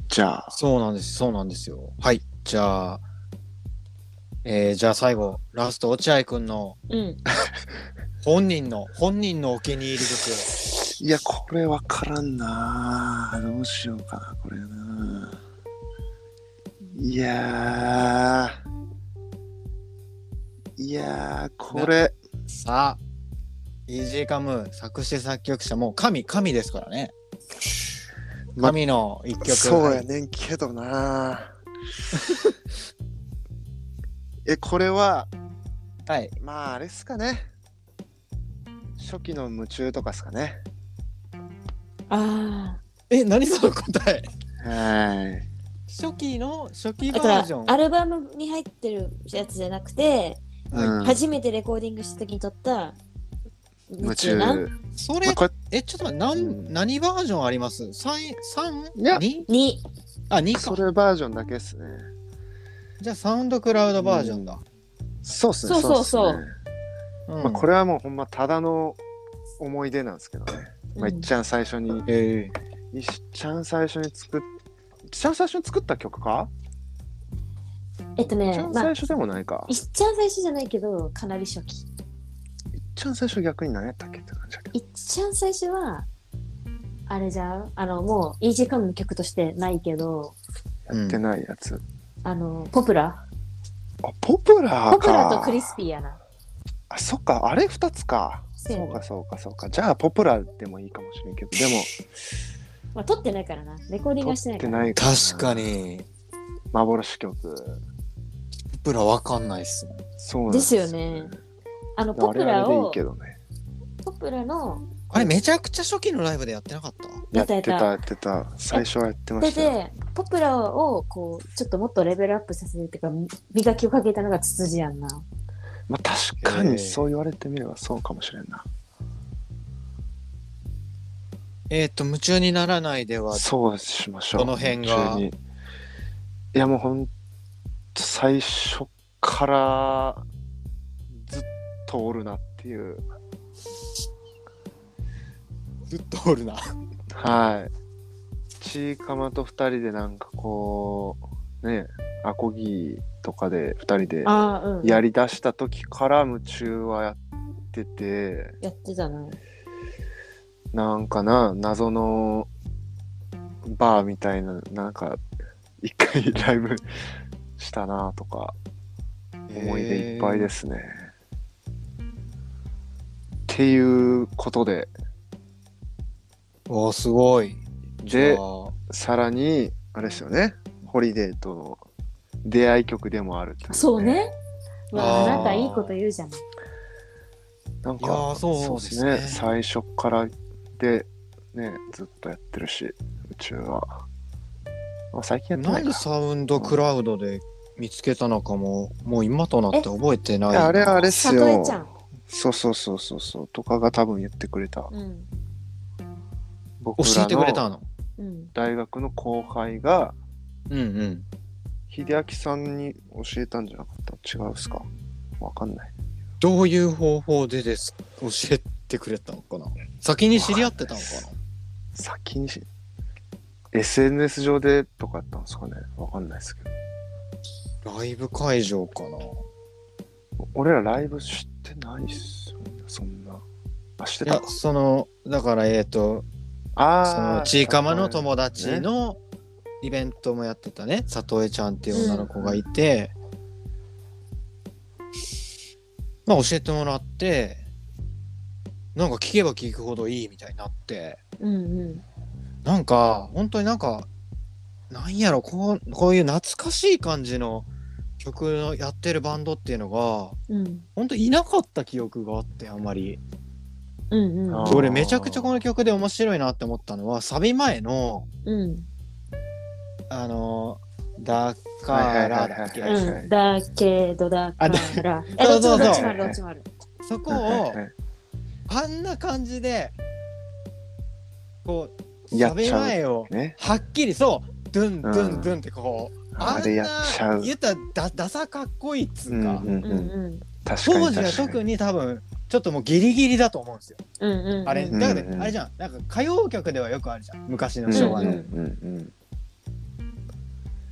Speaker 2: じゃあ
Speaker 1: そうなんです、そうなんですよ。はい。じゃあ、えー、じゃあ最後、ラスト、落合くんの
Speaker 3: うん
Speaker 1: 本人の、本人のお気に入り曲。
Speaker 2: いや、これわからんなどうしようかな、これな。いやー。いやー、これ、
Speaker 1: さあ、イージーカム、作詞作曲者、もう神、神ですからね。
Speaker 2: ま
Speaker 1: 神の一曲。
Speaker 2: そうやねんけどな [laughs] え、これは、
Speaker 1: はい。
Speaker 2: まあ、あれっすかね。初期の夢中とかっすかね。
Speaker 3: あ
Speaker 1: え、何その答え
Speaker 2: はい。
Speaker 1: 初期の初期
Speaker 3: あ。
Speaker 1: バ
Speaker 3: だ
Speaker 1: ー
Speaker 3: か
Speaker 1: ジョン
Speaker 3: ら、。アルバムに入ってるやつじゃなくて、
Speaker 2: うん。
Speaker 3: 初めてレコーディングした時に撮った、
Speaker 2: 夢
Speaker 3: 夢
Speaker 2: 中。
Speaker 3: 中
Speaker 2: ま
Speaker 3: な
Speaker 1: それ
Speaker 2: あ、、これ
Speaker 1: え、ちょっと待って、な
Speaker 2: うん
Speaker 1: ん何バージョンあります三三
Speaker 2: いや
Speaker 1: 二
Speaker 3: に、
Speaker 1: あ、二
Speaker 2: そ
Speaker 1: か。
Speaker 2: れバージョンだけですね。
Speaker 1: じゃあサウンドクラウドバージョンだ。
Speaker 2: そうっすね。
Speaker 3: そうそうそう
Speaker 2: っすね
Speaker 1: うん
Speaker 2: まあ、これはもうほんまただの思い出なんですけどね。まあ、いっちゃん最初に、
Speaker 1: え
Speaker 2: いっちゃん最初に作っ、いっちゃん最初に作った曲か
Speaker 3: えっと
Speaker 2: いっち
Speaker 3: ね
Speaker 2: ゃ、ん
Speaker 3: まあ
Speaker 2: 最、初でもないか。い
Speaker 3: いっちゃん最初じゃないけど、かなり初期。
Speaker 2: っちゃん最初逆に何やったっけって感じだけ
Speaker 3: いっちゃん最初は、あれじゃんあの、もう、イージーカムの曲としてないけど、
Speaker 1: え
Speaker 2: ど。やってないやつ。
Speaker 3: あの、ポプラ。
Speaker 2: あ、ポプラーか。
Speaker 3: ポプラとクリスピーやな。
Speaker 2: あ、そっか、あれ二つか。
Speaker 3: せや
Speaker 2: そうか、そうか、そうか。じゃあ、ポプラーでもいいかもしれんけど、でも、
Speaker 3: まあ、撮ってないからな。レコーディングはし
Speaker 2: 撮っ
Speaker 3: てないか
Speaker 2: て
Speaker 3: ら。
Speaker 2: ないから
Speaker 1: 確か。に、
Speaker 2: 幻曲。
Speaker 1: プラわかんないっすね。
Speaker 2: そうなん
Speaker 3: ですよね。あの、
Speaker 2: あ
Speaker 3: ポプ
Speaker 2: れあれ
Speaker 3: ラ
Speaker 2: でいい
Speaker 3: を、
Speaker 2: けどね。
Speaker 3: ポプラの、
Speaker 1: あれめちゃくちゃ初期のライブでやってなかった
Speaker 2: や
Speaker 3: や
Speaker 2: っ
Speaker 3: ってて
Speaker 2: た、
Speaker 3: た
Speaker 2: やってた。最初はやってま
Speaker 3: で
Speaker 2: したよ。
Speaker 3: で、ポプラを、こう、ちょっともっとレベルアップさせるっていうか、み磨きをかけたのがツツジやんな。
Speaker 2: まあ、確か
Speaker 1: え
Speaker 2: に
Speaker 1: え
Speaker 2: そう言われてみればそうかもしれんな。
Speaker 1: えっ、と、夢中にならないでは、
Speaker 2: そうしましょう。
Speaker 1: この辺が
Speaker 2: 普通にいや、もうほんと、最初からずっとおるなっていう。
Speaker 1: ずっとおるな。。
Speaker 2: はい。ちいかまと二人でなんかこう、ね、アコギとかで二人で
Speaker 3: ああ、うん。
Speaker 2: やりだした時から夢中はやってて、
Speaker 3: やってたな。
Speaker 2: なんかな、謎のバーみたいな、なんか一回 [laughs] ライブしたなとか、思い出いっぱいですすね。っていうことで、
Speaker 1: おーすごい。
Speaker 2: で
Speaker 1: じゃあ
Speaker 2: さらに、あれですよね、ホリデーとの出会い曲でもあるってい
Speaker 3: そう。ね。わ
Speaker 1: あ
Speaker 3: あ、
Speaker 1: ー
Speaker 3: なんかいいこと言うじゃん。
Speaker 2: なん
Speaker 1: いや
Speaker 2: か
Speaker 1: ーそうです
Speaker 2: そう
Speaker 1: ね
Speaker 2: ですね最初からでねずっとやってるし宇宙は、まあ、最近やって
Speaker 1: な
Speaker 2: ない
Speaker 1: ん
Speaker 2: か
Speaker 1: でサウンドクラウドで見つけたのかも、もう今となって覚えてない
Speaker 2: い
Speaker 1: な
Speaker 2: やあれあれっ
Speaker 3: さ
Speaker 2: す
Speaker 3: と
Speaker 2: よ
Speaker 3: えちゃん。
Speaker 2: そうそうそうそうそうとかが多分言ってくれた
Speaker 3: うん。
Speaker 2: 僕
Speaker 1: 教え
Speaker 2: ら
Speaker 1: てくれた
Speaker 2: の
Speaker 1: の。
Speaker 3: うん。
Speaker 2: 大学の後輩が
Speaker 1: うんうん。
Speaker 2: 秀明さんに教えたんじゃなかった違うっすかわかんない
Speaker 1: どういう方法でですか教えてくれたのかな先に知り合ってたのか
Speaker 2: 先にし SNS 上でとかやったんですかねわかんないですけど
Speaker 1: なライブ会場かな
Speaker 2: 俺らライブしてないっすよねそんなあして
Speaker 1: い
Speaker 2: た
Speaker 1: や、その、だから、えっ、と、そ
Speaker 2: あ
Speaker 1: の
Speaker 2: あ、
Speaker 1: ちいかまの友達のイベントもやってたね、さとえちゃんっていう女の子がいて、まあ、教えてもらって、なんか聞けば聞くほどいいみたいになって、
Speaker 3: うんうん。
Speaker 1: なんか、本当になんか、なんやろ、こう、こういう懐かしい感じの曲のやってるバンドっていうのが、
Speaker 3: うん。
Speaker 1: 本当いなかった記憶があって、あんまり。
Speaker 3: うんうん
Speaker 2: あ
Speaker 1: で
Speaker 2: ー
Speaker 1: 俺めちゃくちゃこの曲で面白いなって思ったのはサビ前の
Speaker 3: うん。
Speaker 1: あのだからだっ
Speaker 2: はい
Speaker 1: け
Speaker 2: はいうはい
Speaker 3: ん。だけどだ
Speaker 1: あ
Speaker 3: か
Speaker 1: だ
Speaker 3: ら。え、
Speaker 1: そ
Speaker 3: ど
Speaker 1: う
Speaker 3: っ
Speaker 1: そうそう
Speaker 3: ちもあるどっちもあるどっちもある。
Speaker 1: そこ
Speaker 2: はいは
Speaker 1: を
Speaker 2: いはい
Speaker 1: あんな感じでこう
Speaker 2: や
Speaker 1: サ
Speaker 2: っち
Speaker 1: ビ
Speaker 2: ゃう
Speaker 1: 前を
Speaker 2: ね、
Speaker 1: はっきりそうドゥンドゥンドゥンってこう
Speaker 2: あ
Speaker 1: あ
Speaker 2: れ
Speaker 1: ん
Speaker 2: やっ
Speaker 1: な
Speaker 2: ちゃう。
Speaker 1: 言ったらダダサかっこいいっつ
Speaker 2: う
Speaker 1: うんか
Speaker 2: うん
Speaker 3: う
Speaker 2: うんん、
Speaker 3: うん。
Speaker 2: 確かに
Speaker 1: 当
Speaker 2: 確
Speaker 1: 時
Speaker 2: かに
Speaker 1: は特に多分ちょっともうギリギリだと思うんですよ
Speaker 3: うんうんうん。
Speaker 1: あれ
Speaker 2: ん
Speaker 1: だから
Speaker 2: うん
Speaker 1: あれじゃんなんか歌謡曲ではよくあるじゃん昔の
Speaker 2: うん
Speaker 1: 昭和
Speaker 2: うん
Speaker 1: の
Speaker 2: うん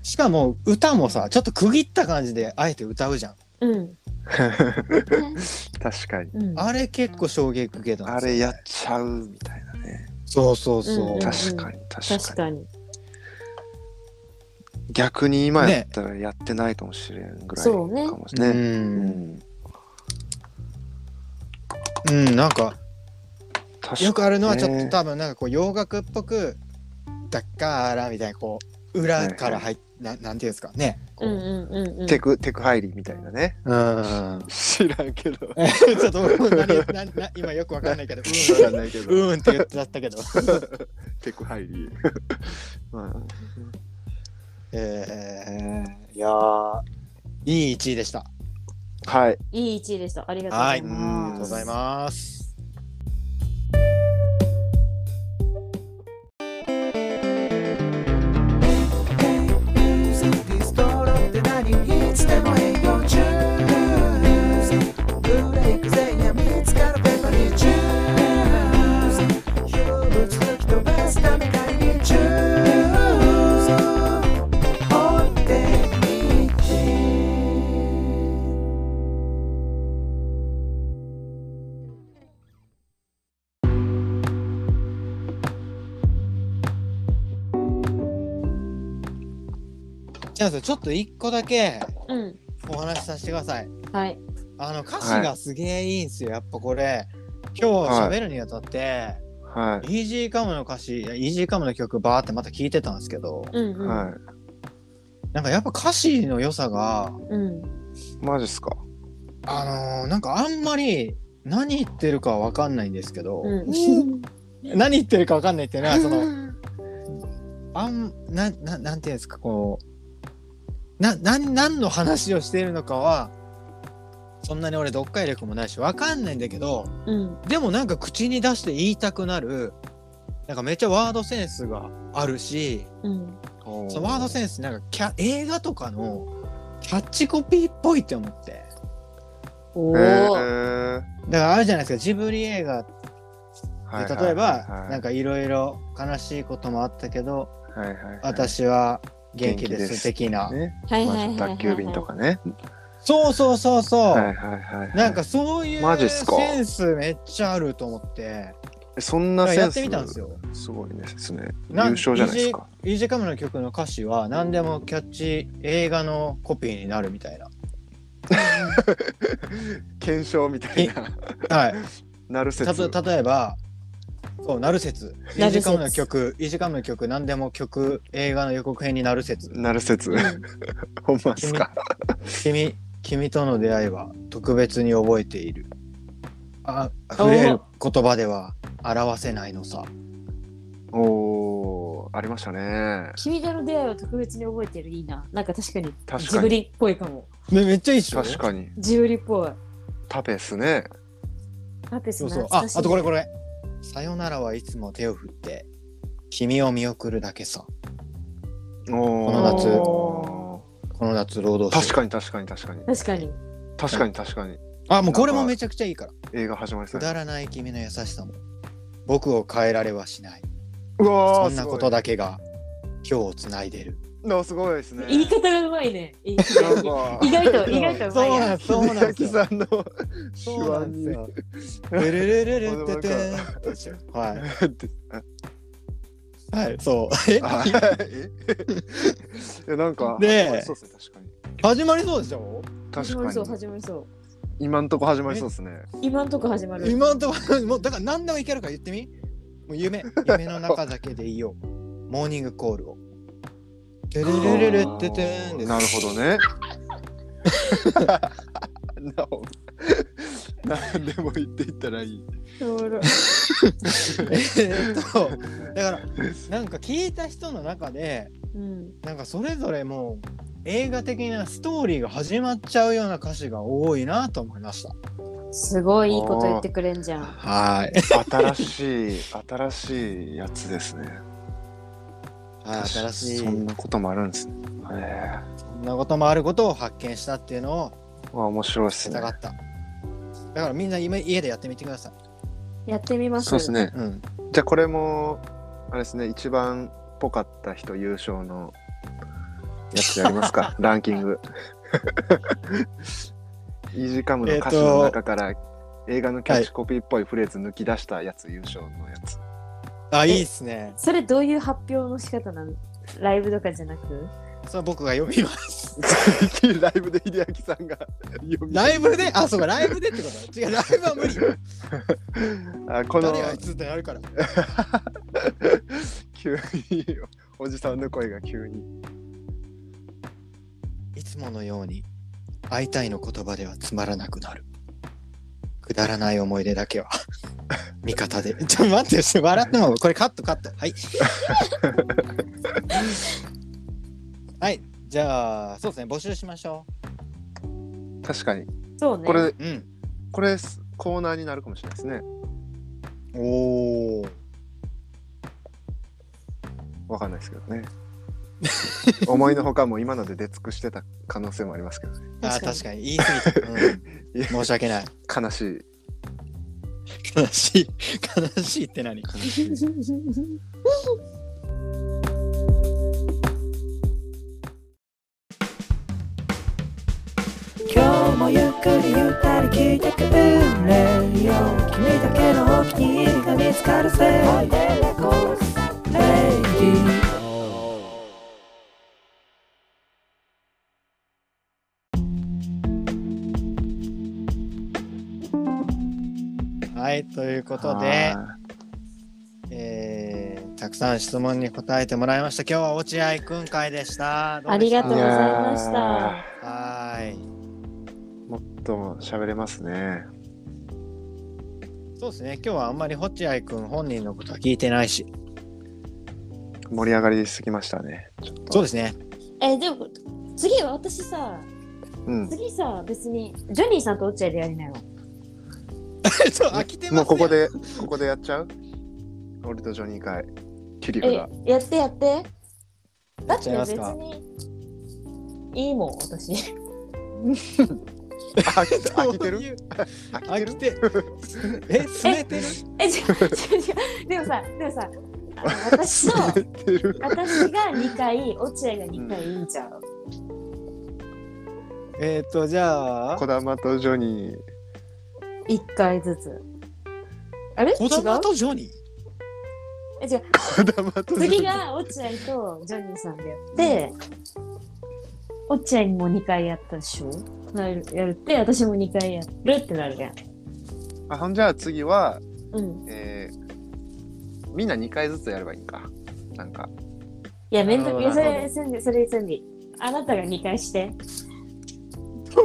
Speaker 1: しかも歌もさちょっと区切った感じであえて歌うじゃん [laughs]
Speaker 3: うん。
Speaker 2: うん、確かに
Speaker 3: うん。
Speaker 1: あれ結構衝撃受けたんで
Speaker 2: あ
Speaker 1: すよ
Speaker 2: れやっちゃうみたいなね
Speaker 1: そうそうそう、
Speaker 3: うん
Speaker 2: 確かに確かに
Speaker 3: 確かに。
Speaker 2: 逆に今やったらやってないかもしれんぐらいか
Speaker 3: そうね
Speaker 2: もしれないねうん
Speaker 1: うん、うん、なんか
Speaker 2: 確かに
Speaker 1: よくあるのはちょっと
Speaker 2: ね
Speaker 1: 多分なんかこう洋楽っぽくだからみたいなこう裏から入っ、ななんていうんですかね。こ
Speaker 3: う
Speaker 1: うん
Speaker 3: うんうんうん。
Speaker 2: テクテクハイリーみたいなね
Speaker 1: うん。
Speaker 2: 知らんけど
Speaker 1: えちょっと僕も何なな今よくわかんないけど、
Speaker 2: 知らないけ
Speaker 1: うん、
Speaker 2: ど
Speaker 1: うんって言っちゃったけ
Speaker 3: [laughs]
Speaker 1: ど。
Speaker 2: テクハイ [laughs] リー、うん
Speaker 1: えー、いやー、いい1位でした。
Speaker 2: はい
Speaker 3: いい1位でした。ありがとうご
Speaker 1: は
Speaker 3: ざ
Speaker 1: い、あ
Speaker 3: い
Speaker 1: り
Speaker 3: ます。
Speaker 1: がとうございます。
Speaker 4: ミュージックストローって何いつでも営業中ブレイク前夜見つかるペーパーにチューズ漂物吹き飛ばすため買いにチューズオンデイ
Speaker 1: じゃあちょっと1個だけ
Speaker 3: うん。
Speaker 1: お話しさせてください。
Speaker 3: はい。
Speaker 1: あの歌詞がすげえいいんすよ、やっぱこれ。今日喋るにあたって、
Speaker 2: はい
Speaker 1: イージーカムの歌詞、いやイージーカムの曲バーってまた聞いてたんですけど、
Speaker 3: うんうん。
Speaker 2: は
Speaker 1: なんかやっぱ歌詞の良さが、
Speaker 3: うん。
Speaker 2: いマジっすか
Speaker 1: あのーなんかあんまり何言ってるかわかんないんですけど、
Speaker 3: うん。
Speaker 1: 何言ってるかわかんないっていうのは、その、あん、な、ななんていうんですか、こう、な、な、何の話をしているのかは、そんなに俺読解力もないし、わかんないんだけど、
Speaker 3: うん。
Speaker 1: でもなんか口に出して言いたくなる、なんかめっちゃワードセンスがあるし、
Speaker 3: うん。
Speaker 1: そのワードセンスなんかキャ映画とかのキャッチコピーっぽいって思って。
Speaker 3: おお
Speaker 2: え。ー
Speaker 1: だからあるじゃないですか、ジブリ映画で
Speaker 2: はいはい
Speaker 1: 例えば、
Speaker 2: はい
Speaker 1: なんかいろいろ悲しいこともあったけど、
Speaker 2: はいはいはい
Speaker 1: 私は元気で
Speaker 2: 元気ですす
Speaker 1: 的な。
Speaker 2: ね
Speaker 3: はい
Speaker 2: ま
Speaker 3: はいはいはい
Speaker 2: あ
Speaker 3: はい。
Speaker 2: 宅急便と。かね
Speaker 1: そうそうそうそう。
Speaker 2: はいはいはいはい
Speaker 1: なんかそういう
Speaker 2: マジっすか
Speaker 1: センスめっちゃあると思って、
Speaker 2: そんなセンス
Speaker 1: やってみたんですよ。
Speaker 2: すごいですね。優
Speaker 1: なん
Speaker 2: 勝じゃないですか。
Speaker 1: イージーカムの曲の歌詞は何でもキャッチ映画のコピーになるみたいな。
Speaker 2: 検証みたいな。
Speaker 1: はい。
Speaker 2: なるせ
Speaker 1: た
Speaker 2: つ。
Speaker 1: と例えば、そう、なる説。イ
Speaker 3: な
Speaker 1: ー
Speaker 3: る説
Speaker 1: ジーカムの曲、イージーカムの曲、何でも曲、映画の予告編になる説。
Speaker 2: なるせつ。ほんまっすか。
Speaker 1: 君、君との出会いは特別に覚えている。あ、触れる言葉では表せないのさ。
Speaker 2: おー、ありましたね。
Speaker 3: 君との出会いを特別に覚えてるいいな。なんか確かに
Speaker 2: 確
Speaker 3: ジ
Speaker 2: か
Speaker 3: ブ
Speaker 2: に。
Speaker 3: リっぽいかも。
Speaker 1: めめっちゃいいっしょ。
Speaker 2: 確かに。
Speaker 3: ジブリっぽい。
Speaker 2: タペスね。
Speaker 3: ラペス
Speaker 1: そう
Speaker 3: な
Speaker 1: そう。
Speaker 3: 懐
Speaker 1: あ
Speaker 3: か、しい
Speaker 1: あとこれこれ。さよならはいつも手を振って、君を見送るだけさ。こ
Speaker 2: お
Speaker 1: の夏
Speaker 2: ー。
Speaker 1: この夏労働
Speaker 2: 確
Speaker 1: か
Speaker 2: かに確かに確かに。
Speaker 3: 確かに。
Speaker 2: 確かに確かに。
Speaker 1: に。あ、もうこれもめちゃくちゃいいから。
Speaker 2: 映画始まりそ
Speaker 1: く
Speaker 2: うや。
Speaker 1: だらない君の優しさも。僕を変えられはしない。
Speaker 2: うわ
Speaker 1: そ
Speaker 2: ー、
Speaker 1: ん
Speaker 2: す
Speaker 1: な
Speaker 2: ご
Speaker 1: こ
Speaker 2: い
Speaker 1: と。だけが今日をつないでる。
Speaker 2: なすごいですね。
Speaker 3: 言い方がうまいね。意
Speaker 2: なん
Speaker 3: 外
Speaker 2: か
Speaker 3: と、意外とうまいや。
Speaker 1: す
Speaker 2: 秀明さんの手
Speaker 1: そうな
Speaker 2: 腕
Speaker 1: んです
Speaker 2: に
Speaker 1: よ。ルルルルルル
Speaker 2: 俺もな
Speaker 1: はい。はい、そう。え
Speaker 2: あえ [laughs] いやなんか
Speaker 1: ねえ
Speaker 2: 始まりそうっすね確かに
Speaker 1: 始まりそうでしょ
Speaker 2: 確
Speaker 3: 始まりそう、
Speaker 2: かに
Speaker 3: 始まりそう。
Speaker 2: 今んとこ始まりそうですね
Speaker 3: 今んとこ始まる。
Speaker 1: 今のところ、もうだから何でもいけるから言ってみもう夢、夢の中だけでいよう。モーニングコールを。ルルルルルってて [laughs] んです。
Speaker 2: なるほどねなお何でも言っていったらいい
Speaker 3: おもろい
Speaker 1: えーっと、だから、なんか聞いた人の中で、
Speaker 3: うん。
Speaker 1: なんかそれぞれもう映画的なストーリーが始まっちゃうような歌詞が多いなと思いました。
Speaker 3: すごいいいこと言ってくれんじゃん。
Speaker 1: はい。
Speaker 2: 新しい新しいやつですね
Speaker 1: [laughs] 新しい
Speaker 2: そんなこともあるんですねえ
Speaker 1: そんなこともあることを発見したっていうのを
Speaker 2: えわ面白いです
Speaker 1: 伝
Speaker 2: ね
Speaker 1: がった。だからみんな今家でやってみてください。
Speaker 3: やってみます。
Speaker 2: そうですね
Speaker 1: うん。
Speaker 2: じゃあこれもあれですね一番っぽかった人優勝のやつやります [laughs] かランキングイージーカムの歌詞の中から映画のキャッチコピーっぽいフレーズ抜き出したやつ、優勝のやつ
Speaker 1: あ、いいっすね。
Speaker 3: それどういう発表の仕方なのライブとかじゃなく
Speaker 1: それは僕が読みます。
Speaker 2: [laughs] ライブで秀明さんが [laughs] 読み
Speaker 1: ライブで、あ、そうか、ライブでってこと違う、ライブは無理よ。
Speaker 2: あこの
Speaker 1: 誰あいつってなるから。
Speaker 2: 急におじさんの声が急に。
Speaker 1: いつものように会いたいの言葉ではつまらなくなる。くだらない思い出だけは [laughs] 味方で。ちょ待って、笑ってもこれカットカット。はい。 [laughs] はい。じゃあ、そうですね、募集しましょ
Speaker 2: 確かに。
Speaker 3: そうね。
Speaker 2: これ、
Speaker 1: う。うん。
Speaker 2: これ、コーナーになるかもしれないですね。
Speaker 1: おお。
Speaker 2: わかんないですけどね。 [laughs] 思いのほかもう今ので出尽くしてた可能性もありますけどね。
Speaker 1: あー
Speaker 3: 確
Speaker 1: 確か
Speaker 3: かに
Speaker 1: に言い過ぎた、
Speaker 2: い
Speaker 1: うん、
Speaker 2: や
Speaker 1: 申し訳ない
Speaker 2: 悲しい。
Speaker 1: 悲しい悲しいって
Speaker 3: [laughs]
Speaker 1: 何
Speaker 2: 悲しい
Speaker 4: 今日もゆっくりゆったり聞いてくれよ君だけのお気に入りが見つかるぜレイディー
Speaker 1: はいということで、
Speaker 2: は
Speaker 1: えー、たくさん質問に答えてもらいました今日は落合くん会でしたどう
Speaker 3: [laughs] あ
Speaker 1: で
Speaker 3: り
Speaker 1: した
Speaker 3: がとうございまし
Speaker 2: い
Speaker 3: た
Speaker 2: や。
Speaker 1: はーい
Speaker 2: ーもっと喋れますね。
Speaker 1: そうですね今日はあんまり落合くん本人のことは聞いてないし
Speaker 2: 盛り上がりすぎましたね。ちょっと
Speaker 1: そうですね
Speaker 3: えーでも、次は私さ、
Speaker 2: うん。
Speaker 3: 次さ、別に、ジョニーさんと落合でやりなよ。
Speaker 1: [laughs] そう飽きてます
Speaker 2: も
Speaker 1: よ
Speaker 2: うここで、ここでやっちゃう俺とジョニー会。キリ
Speaker 3: え
Speaker 2: がだ。、
Speaker 3: やってやって。だ
Speaker 1: や
Speaker 3: っ
Speaker 1: ってちゃいま
Speaker 3: 別
Speaker 1: すか
Speaker 3: に、いいもん、 [laughs] 私。
Speaker 2: 飽きて飽きて
Speaker 1: そう
Speaker 2: [laughs]
Speaker 1: い
Speaker 2: る
Speaker 1: う
Speaker 2: 飽き
Speaker 1: 飽
Speaker 2: て
Speaker 1: き
Speaker 2: る
Speaker 1: て [laughs] え拗ねてる
Speaker 3: え、違う違う違う。でもさ、でもさ、あの私と、 [laughs]
Speaker 2: 飽きてる
Speaker 3: 私が2回、落合が2回いいんちゃう、
Speaker 1: えっ、ー、とじゃあ
Speaker 2: 児玉とジョニー。
Speaker 3: ?1 回ずつ。あれ違う
Speaker 1: 小玉とジョニー
Speaker 3: え、違う。
Speaker 2: 児玉とジョニー。
Speaker 3: 次が落合とジョニーさんでやって、落合も2回やったでしょなるやるって、私も2回やるってなるやん。
Speaker 2: あ、ほんじゃあ次は、
Speaker 3: うん。
Speaker 2: えー、みんな2回ずつやればいいんか。なんか。
Speaker 3: いや、めんど
Speaker 1: な
Speaker 3: く
Speaker 1: る
Speaker 3: さ
Speaker 1: ほど
Speaker 3: い。それ、それ、それ、それ、あなたが2回して。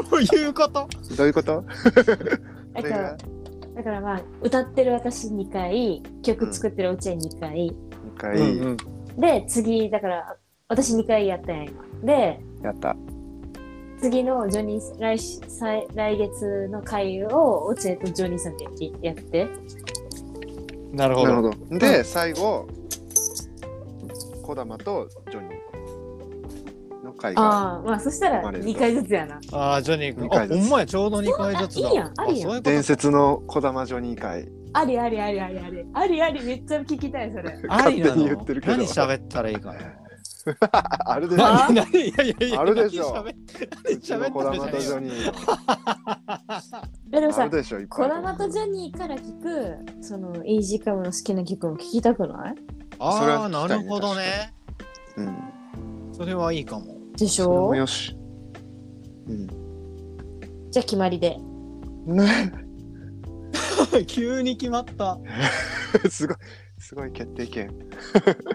Speaker 1: ということ
Speaker 2: どういうこと
Speaker 3: だか
Speaker 2: 俺
Speaker 3: ら
Speaker 2: が、
Speaker 3: だからまあ、歌ってる私2回、曲作ってる落合2回。
Speaker 2: 2回
Speaker 1: うんうん
Speaker 3: で、次、だから、私2回やったやん、今。で、
Speaker 2: やった。
Speaker 3: 次のジョニー、来し、再来月の回を落合とジョニーさんでやってやって。
Speaker 1: なるほ
Speaker 2: な
Speaker 1: ど
Speaker 2: るほど。で、最後、児玉とジョニーの会が。
Speaker 3: ああ、まあそしたら2回ずつやな。
Speaker 1: ああ、ジョニー君。
Speaker 2: 二回
Speaker 1: あ、
Speaker 2: ずつ
Speaker 1: ほんまや、ちょうど2回ずつだ。
Speaker 3: あいいやんありやん
Speaker 1: そういうこと
Speaker 2: 伝説の児玉ジョニー会。
Speaker 3: ありありありありあり。ありあり、めっちゃ聞きたい、それ。
Speaker 1: ありな
Speaker 2: 勝手
Speaker 1: の
Speaker 2: に言ってるけど
Speaker 1: 何喋ったらいいかな。
Speaker 2: [laughs] あれでしょ。
Speaker 1: 何何いやいやいや、
Speaker 2: あるでしょ
Speaker 1: 何喋っ
Speaker 2: うちの児
Speaker 1: 何喋
Speaker 2: 玉
Speaker 1: った
Speaker 2: と
Speaker 1: で
Speaker 2: ジ
Speaker 1: し
Speaker 2: ョ
Speaker 1: ょ。
Speaker 2: ニー。
Speaker 3: でも
Speaker 2: あ
Speaker 3: さ
Speaker 2: る、でしょ。いっぱ
Speaker 3: コ
Speaker 2: い
Speaker 3: ラマとジョニーから聞く、その、イージーカムの好きな曲を聞きたくない
Speaker 2: それ
Speaker 1: ああ、
Speaker 2: は聞
Speaker 1: な
Speaker 2: きたいね
Speaker 1: るほどね。
Speaker 2: うん。
Speaker 1: それはいいかも。
Speaker 3: でし
Speaker 2: それ
Speaker 3: ょ
Speaker 2: もよし。うん。 [laughs]
Speaker 3: じゃあ決まりで。
Speaker 1: [laughs] 急に決まった。
Speaker 2: すごい。すごい決定権。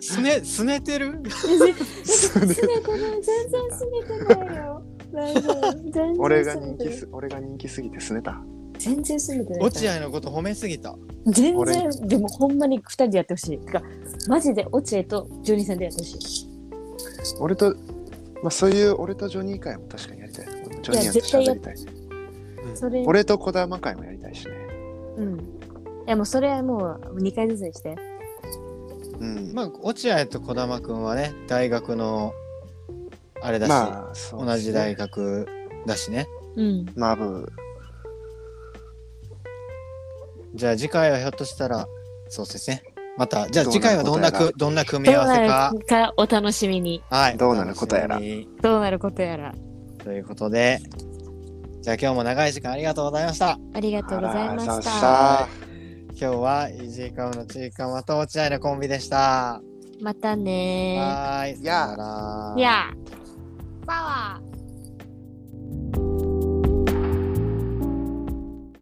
Speaker 1: すね、すねてる
Speaker 3: 全然すねてない、全然すねてないよ。大丈夫全然
Speaker 2: 俺が
Speaker 3: すね
Speaker 2: 人
Speaker 3: て
Speaker 2: 気
Speaker 3: ない
Speaker 2: す、俺が人気すぎてすねた。
Speaker 3: 全然すねてない。
Speaker 1: 落合のこと褒めすぎた。
Speaker 3: 全然、でもほんまに2人でやってほしい。てか、マジで落合とジョニーさんでやってほし
Speaker 2: 俺と、まあそういう俺とジョニー会も確かにやりたい。ジョニーと喋りたい。
Speaker 3: い。それ、
Speaker 2: 俺と児玉会もやりたいしね。
Speaker 3: うん。いやもうそれはもう2回ずつにして。
Speaker 2: うん。
Speaker 1: まあ、落合と児玉くんはね、大学の、あれだし、
Speaker 2: まあ、そう
Speaker 1: 同じ大
Speaker 2: 学。
Speaker 1: 学だしね。
Speaker 3: うん。
Speaker 2: マブ、
Speaker 1: じゃあ次回はひょっとしたら、そうですね。また、じゃあ次回はどんな
Speaker 2: どうな
Speaker 1: く
Speaker 2: る、
Speaker 1: どんな組み
Speaker 3: ど
Speaker 1: 合
Speaker 3: う
Speaker 1: わせか
Speaker 3: な。るかお楽しみに。
Speaker 1: はい。
Speaker 2: どうなることやら
Speaker 1: お楽しみに
Speaker 3: どうなることやら。
Speaker 1: ということで、じゃあ今日も長い時間ありがとうございました。
Speaker 3: ありがとうございま
Speaker 2: あら
Speaker 3: し
Speaker 2: さ
Speaker 3: た。
Speaker 2: あ
Speaker 1: 今日はイージーカムのちいかまと落合のコンビでした。
Speaker 3: またね
Speaker 1: はーい。
Speaker 2: やあ
Speaker 1: さよなら
Speaker 3: ー。いや。パワー。